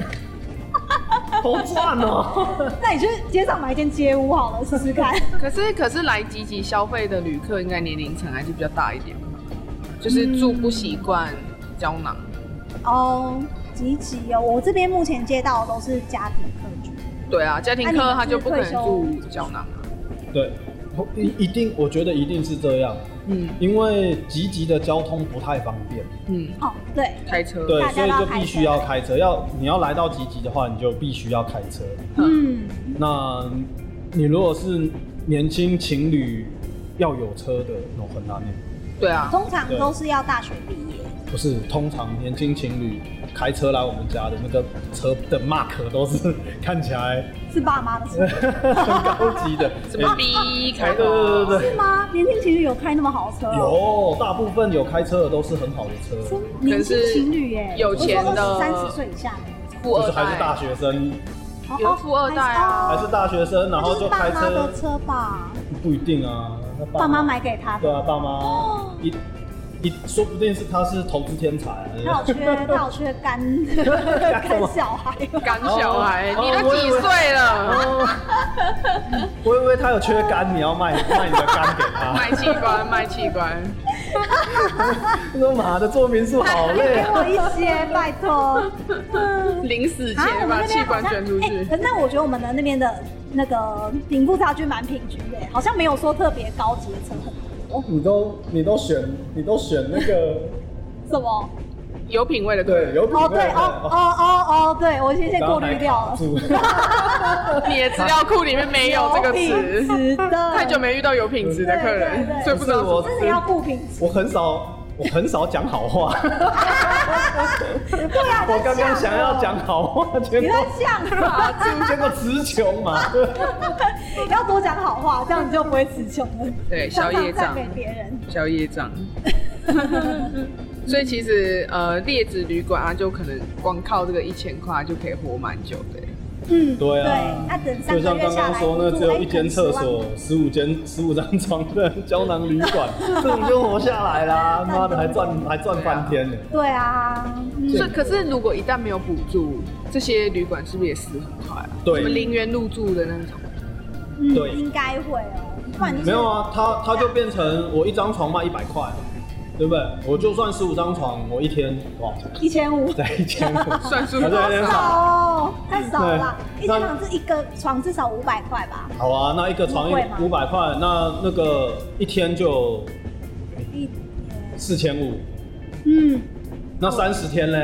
好赚哦、那你去街上买一间街屋好了，试试看。可是可是来积极消费的旅客，应该年龄层还是比较大一点吧，就是住不习惯胶囊。 哦，集集哦，我这边目前接到的都是家庭客居。对啊，家庭那你们客是他就不可能退休住胶囊啊。对，一一定，我觉得一定是这样，嗯因为集集的交通不太方便，嗯，哦，对，开车。对大，所家以都要就必须要开车。要你要来到集集的话，你就必须要开车。嗯，那你如果是年轻情侣要有车的，那很难耶。对啊，通常都是要大学毕业。不是，通常年轻情侣开车来我们家的那个车的 mark 都是 看起来是爸妈的事很高级的，什么哎 B 开对对头对。对是吗？年轻情侣有开那么好的车、哦？有大部分有开车的都是很好的车，真年轻情侣耶，有钱的三十岁以下的那种富就二是还是大代，学生，哦有富二代啊还是大学生，然哦后那就是开爸妈车的，车吧，不一定啊，那爸妈买给他对的。啊，爸哦妈一一说不定是他是投资天才啊，他有缺，他 有缺干干小孩吗？干小孩，哦你都几岁了？哦，我以为他有缺肝，你要卖卖你的肝给 他，卖器官，卖器官，他妈的，做民宿好累给啊！我一些，拜托。临死啊，前我们把那器边好官像捐出哎去。可是那我觉得我们的那边的那个贫富差距蛮平均的，好像没有说特别高级的车很你都你都选你都选那 个什么？有品味的客对人，有品味哦，对，的哦，哦，哦，哦，对，我先先然后过还滤掉卡了。住你的资料库里面没有这个有品词，质的， 太久没遇到有品质的客对对人，对所以不知道不是我真的要不平质。 我很少我很少讲好话， 对啊，我刚在刚想想要讲好话，结你果在 想啊，结果词穷嘛。要多讲好话，这样你就不会词穷了。对常宵夜常赞账美别人。小业障。所以其实呃，劣质旅馆啊，就可能光靠这个一千块就可以活蛮久的。欸嗯，对对啊，，那等三就个像月刚下刚来，说，那只有一间厕补助所，十五间十五张床的胶囊旅馆，这你就活下 来啦！妈的，还赚还赚翻天呢。哎。对啊，嗯所以可是如果一旦没有补助，这些旅馆是不是也死很快啊？对什么零元入住的那种，嗯对应该会哦，不然就是没有啊，它它就变成我一张床卖一百块，对不对？我就算十五张床，我一天哇，一千五，才一千五，算数还不是有好点少少。哦，太少了啦。对一间房是一个床至少五百块吧，好啊，那一个床一贵吗五百块，那那个一天就一，四千五，嗯，那三十天呢？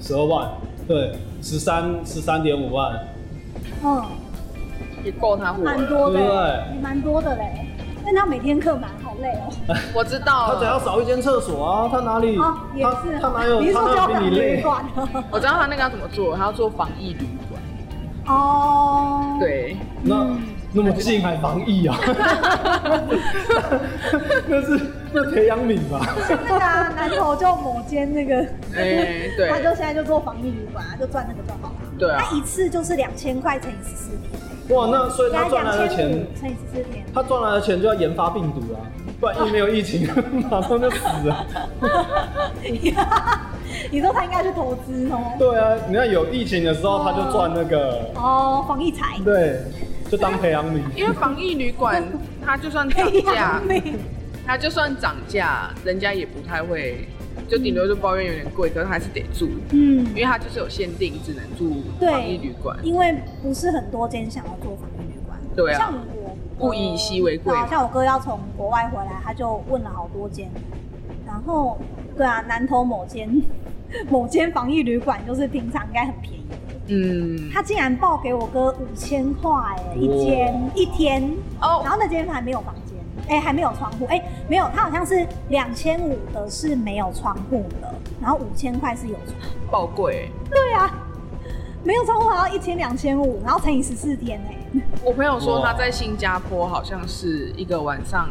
十二万，对，十三十三点五万，嗯，也够他活蛮了。多的、对也蛮多的嘞。但他每天课满，好累哦、我知道啊他只要了，扫一间厕所啊，他哪里？哦，也是，他他哪有？你是他说交哪港有比你旅累？馆哦？我知道他那个要怎么做，他要做防疫旅馆。哦，，对，那那么近还防疫 啊？那是那培养皿 吧？那个啊，南投就某间那个，哎、他就对，现在就做防疫旅馆，他就赚那个就好了。对啊他一次就是两千块乘以十四天，哇，那所以他大概赚来的两千钱，五乘以十四 天， 他赚来的钱就要研发病毒啊，不然一没有 疫情，马上就死了。你说他应该去投资哦？对啊，你看有疫情的时候，他就赚那个，哦，防疫财，对，就当培养皿。啊因为防疫旅馆它就算涨培价养，皿它就算涨价，人家也不太会，就顶多就抱怨有点贵，可是还是得住， 嗯因，为它就是有限定，只能住防疫旅对馆，。因为不是很多间想要做防疫旅馆，对啊像我物以稀为贵对啊像我哥要从国外回来，他就问了好多间，然后对啊，南投某间 某间防疫旅馆就是平常应该很便宜的，嗯，他竟然报给我哥五千块哎一间一天，然哦，后那间还没有房间，哎、还没有窗户，哎、没有，他好像是两千五的是没有窗户的，然后五千块是有窗户，爆贵、对啊，没有窗户还要一千两千五，然后乘以十四天哎、我朋友说哇他在新加坡好像是一个晚上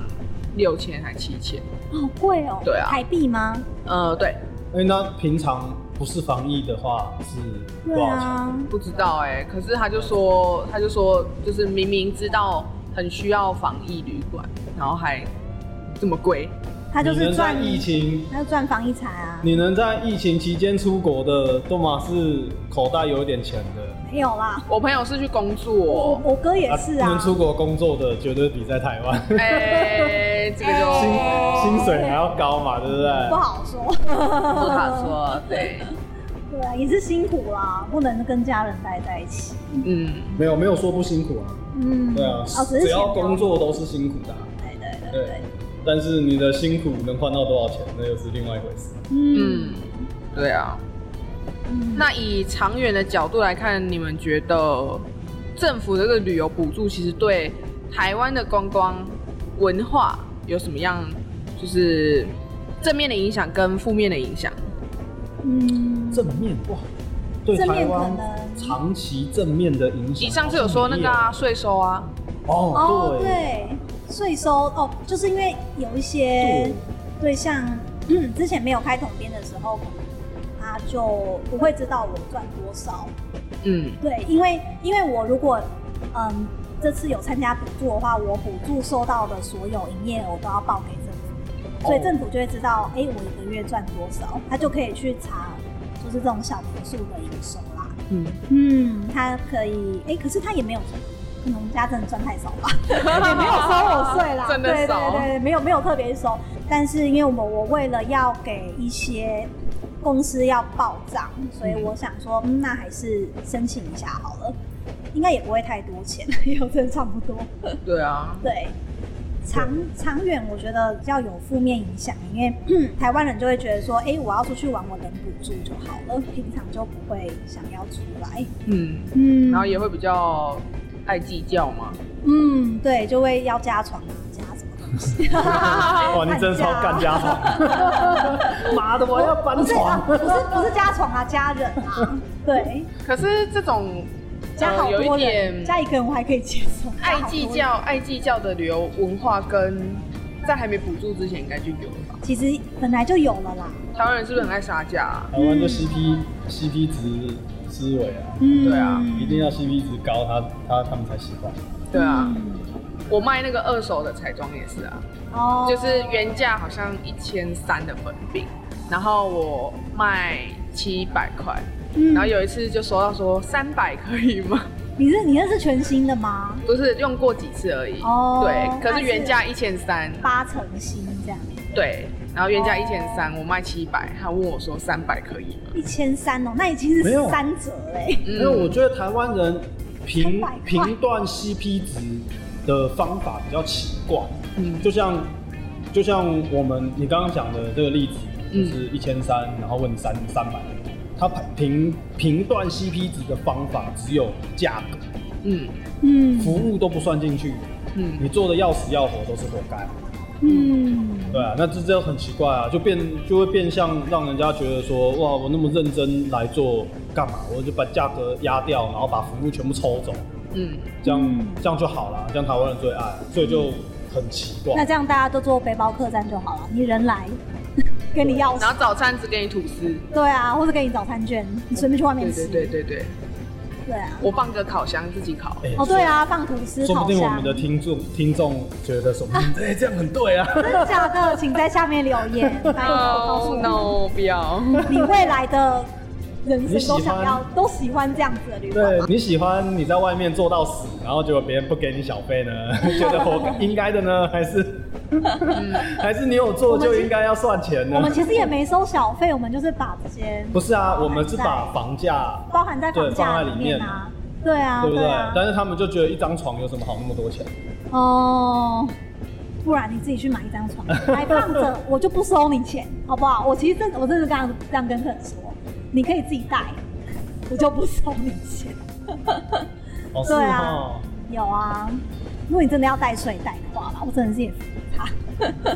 六千还七千，好贵哦、对啊台币吗？呃，对，因为那平常不是防疫的话是对多少钱？啊，不知道哎、可是他就说，他就说，就是明明知道很需要防疫旅馆，然后还这么贵，他就你是能在赚疫情，他就赚房地产啊，你能在疫情期间出国的，都嘛是口袋有一点钱的。没有啦。我朋友是去工我作，我哥也是啊，能出国工作的，绝对比在台湾薪哎、这个 就薪水还要高嘛，对不对？不好说。 不好说，对，对啊，也是辛苦啦，不能跟家人待在一起。嗯，没有没有说不辛苦啊，嗯，对啊，哦，只是只要钱工作都是辛苦的啊、高，对对对对。但是你的辛苦能换到多少钱，那又是另外一回事。嗯，对啊。嗯那以长远的角度来看，你们觉得政府的这个旅游补助其实对台湾的观光文化有什么样就是正面的影响跟负面的影响？嗯，正面哇，对正面台湾可能长期正面的影响。你上次有说那个啊、税收啊，哦哦，，对，对，税收哦，就是因为有一些对对象，嗯之前没有开统编的时候，他就不会知道我赚多少。嗯对，因为因为我如果嗯这次有参加补助的话，我补助收到的所有营业额都要报给政府，所以哦政府就会知道，哎、我一个月赚多少，他就可以去查，就是这种小民宿的营收啦。嗯，嗯，他可以，哎、可是他也没有，可能我们家真的赚太少吧，也没有收我税啦，真的少对对对，没有没有特别收，但是因为我们我为了要给一些公司要报账，所以我想说，嗯，那还是申请一下好了，应该也不会太多钱， 也有真的差不多，对啊，对。长长远，我觉得要有负面影响，因为、 嗯台湾人就会觉得说，哎、我要出去玩，我能补助就好了，平常就不会想要出来。嗯，嗯然后也会比较爱计较嘛，嗯，对，就会要加床啊，加什么东西？哇，你真的超干家 常， 妈的，我要不搬是啊，床不。是不是加床啊，加人 啊，对，可是这种加呃好有多一人，点加一个人我还可以接受， 爱计加好较、爱计较的旅游文化，跟在还没补助之前应该就有了吧？多人，其实本来就有了啦，台湾人是不是很爱杀价、啊？台湾就 CP CP 值思维啊，嗯，对啊一定要 CP 值高，他他他们才喜欢。对啊，嗯我卖那个二手的彩妆也是啊，哦，就是原价好像一千三的粉饼，然后我卖七百块，嗯然后有一次就收到说三百可以吗？ 你是你那是全新的吗？不是用过几次而已，哦对，可那是是原价一千三，八成新这样，对，然后原价哦一千三，我卖七百，他问我说三百可以吗？一千三哦，那已经没是有三折欸嘞， 嗯因为我觉得台湾人三评百块评断 CP 值的方法比较奇怪，嗯就像就像我们你刚刚讲的这个例子，就嗯是一千三，然后问三三百，他评评断 CP 值的方法只有价格，嗯嗯服务都不算进去，嗯你做的要死要活都是活该。嗯，对啊，那这这很奇怪啊，就变就会变相让人家觉得说，哇，我那么认真来做干嘛？我就把价格压掉，然后把服务全部抽走，嗯，这样、嗯这样就好了，这样台湾人最爱，所以就很奇怪。那这样大家都做背包客栈就好了，你人来跟你要然后早餐只给你吐司，对啊，或者给你早餐券，你随便去外面对吃，对对对对，对啊，我放个烤箱自己烤，哎哦对，啊，放吐司说说烤不定我箱们，的听众听众觉 得什么？嗯哎、这样很对啊。真的假的？请在下面留言，拜托告 no 诉我们 no 不要，你未来的人生都想要你喜欢都喜欢这样子的旅馆对吗？你喜欢你在外面做到死，然后结果别人不给你小费呢？ 觉得活应该的呢，还是嗯 还是你有做就应该要算钱呢我？们其实也没收小费，我们就是把这些不是啊，我们是把房价，包含在房对放价在里里面面啊，对啊，对不对？啊，但是他们就觉得一张床有什么好那么多钱？哦。不然你自己去买一张 床来放着，我就不收你钱，好不好？我其实真我真的这样这样跟客人说，你可以自己带，我就不收你钱。哦，是对啊哦，有啊，如果你真的要带睡袋的话啦，我真的是也服他。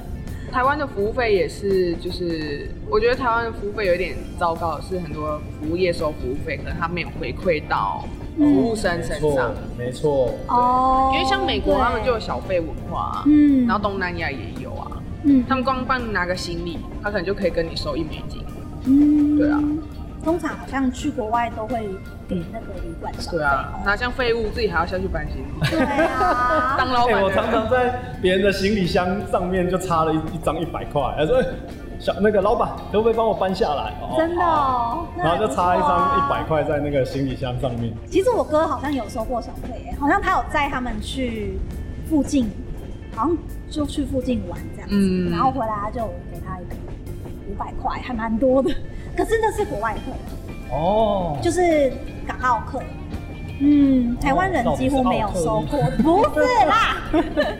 台湾的服务费也是，就是我觉得台湾的服务费有点糟糕，的是很多服务业收服务费，可能他没有回馈到服务生身没错上。，没错。哦，因为像美国对他们就有小费文化、啊，嗯然后东南亚也有啊，嗯他们光帮你拿个行李，他可能就可以跟你收一美金。嗯，对啊，通常好像去国外都会给那个旅馆小费对啊，拿箱废物自己还要下去搬行李，对 啊，当老板的哎人、我常常在别人的行李箱上面就插了一一张一百块，他说：“哎小那个老板，可不可以帮我搬下来？”哦真的好哦，那然后还就不插一错啊张一百。块在那个行李箱上面。其实我哥好像有收过小费耶，好像他有载他们去附近，好像就去附近玩这样子，嗯然后回来他就给他一个五百块，还蛮多的。可是那是国外客人，哦，就是港澳客。嗯，台湾人几乎没有收过，不是啦，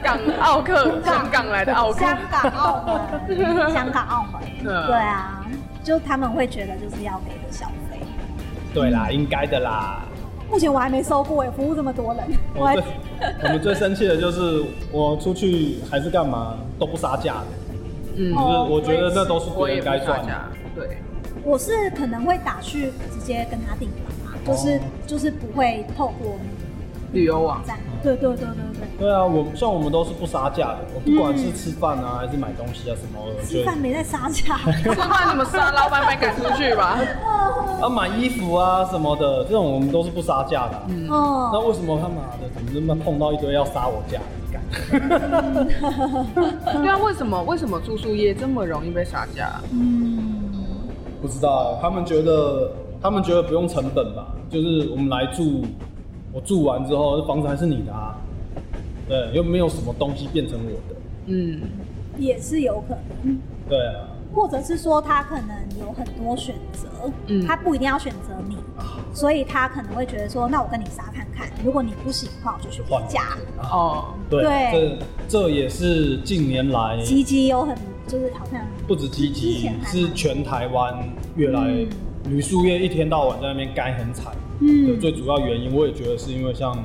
港澳客，香港来的澳客，香港、澳 门，香港、澳门，对啊，就他们会觉得就是要给个小费。对啦，应该的啦。目前我还没收过哎，服务这么多人，我我还最我们最生气的就是我出去还是干嘛都不杀价的，嗯就哦是我觉得那都是我别也人不该大赚的。家，对，我是可能会打去直接跟他订房啊，就是哦就是不会透过旅游网 网站，对对对对对啊，我像我们都是不杀价的，我不管是吃饭啊，还是买东西啊什么的，对，嗯吃就饭没在杀价，吃饭你们杀老板把你赶出去吧。啊买衣服啊什么的，这种我们都是不杀价的啊、那哦，为什么他妈的怎么那么碰到一堆要杀我价的？干 对啊，为什么为什么住宿业这么容易被杀价？嗯， 不知道，啊他们觉得他们觉得不用成本吧，就是我们来住，我住完之后房子还是你的啊，对，又没有什么东西变成我的，嗯，也是有可能。对啊，或者是说他可能有很多选择，嗯他不一定要选择你，所以他可能会觉得说，那我跟你杀看看，如果你不行的话，我就去换别家。哦，对，啊对这这也是近年来吉吉有很就是好像不止积之极前，还是全台湾越来嗯旅宿业一天到晚在那边该很惨的嗯最主要原因，我也觉得是因为像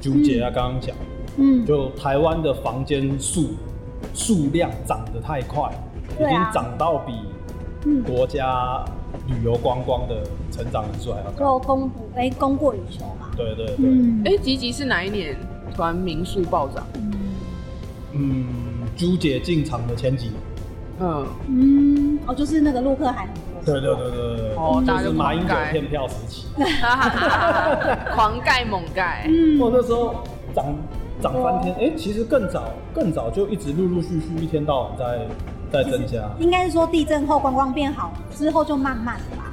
朱姐她刚刚讲，嗯就台湾的房间数数量涨得太快，已对啊经涨到比嗯，国家旅游观光的成长人数还要就高。供不哎供过于求嘛，对对对，嗯哎、吉吉是哪一年突然民宿暴涨？嗯，朱姐进场的前几年，嗯，嗯哦，就是那个陆克海很多，对对对对对，哦大家就就是马英九狂盖骗票时期。哈哈哈 哈狂盖猛盖，嗯我那时候涨涨翻天，哎、其实更早更早就一直陆陆续续一天到晚在在增加，应该是说地震后观光变好之后就慢慢的吧，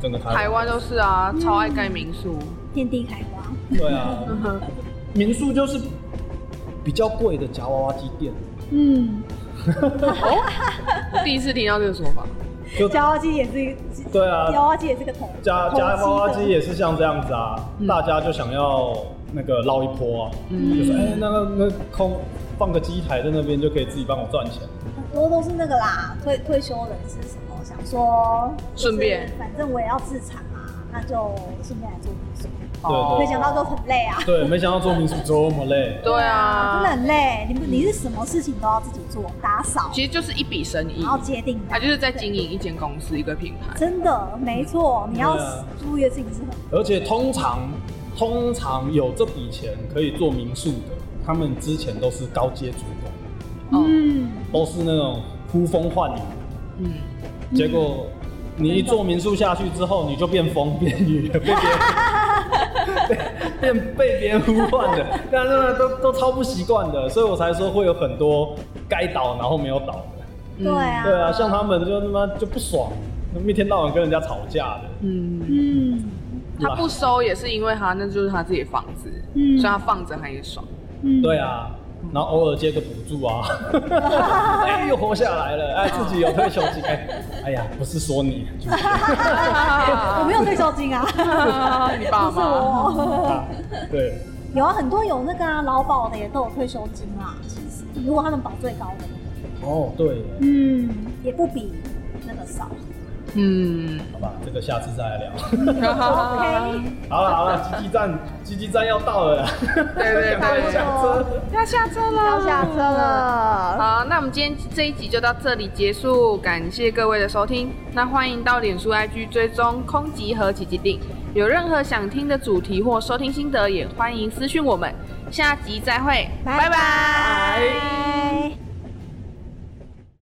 整个台台湾都是啊，嗯超爱盖民宿。遍地开花，对啊，嗯哼民宿就是比较贵的夹娃娃机店，嗯，我第一次听到这个说法，就娃娃机也是，对啊娃娃机也是个头，夹投机夹的娃娃机也是像这样子啊，嗯大家就想要那个捞一波啊，就嗯，是哎、那个那空放个机台在那边就可以自己帮我赚钱，很多都是那个啦，退退休人是什么？想说就是顺便反正我也要自产啊，那就顺便来做民宿。哦对没想到都很累啊，对，没想到做民宿这么 累。对真的啊，很累。你们你是什么事情都要自己做，打扫，其实就是一笔生意然，后接订它单，啊就是在经营一间公司一个品牌。真的没错。你要对啊注意的事情是很而且通常通常有这笔钱可以做民宿的，他们之前都是高阶主管，嗯嗯，都是那种呼风唤雨，嗯，结果。你一做民宿下去之后，你就变风变雨了，被别人被变被别人呼唤的，但是呢，都都超不习惯的，所以我才说会有很多该倒然后没有倒的。嗯对，啊，对啊，像他们就他妈就不爽，一天到晚跟人家吵架的。嗯，嗯他不收也是因为他那就是他自己的房子，嗯所以他放着他也 爽。嗯，对啊，然后偶尔接个补助啊，哎、又活下来了，哎，自己有退休金，哎，哎呀，不是说你，就是我没有退休金啊，你爸 不是妈，我。他，对，有啊，很多有那个啊，劳保的也都有退休金啊。其实，如果他们保最高的，哦，对耶，嗯，也不比那个少。嗯，好吧，这个下次再来聊。 OK，好了好了，积极站，积极站要到了啦，对对赶 快对下车。要下车了，要下车。了，好，那我们今天这一集就到这里结束，感谢各位的收听。那欢迎到脸书 IG 追踪空集和奇奇定，有任何想听的主题或收听心得，也欢迎私讯我们。下集再会，拜拜拜。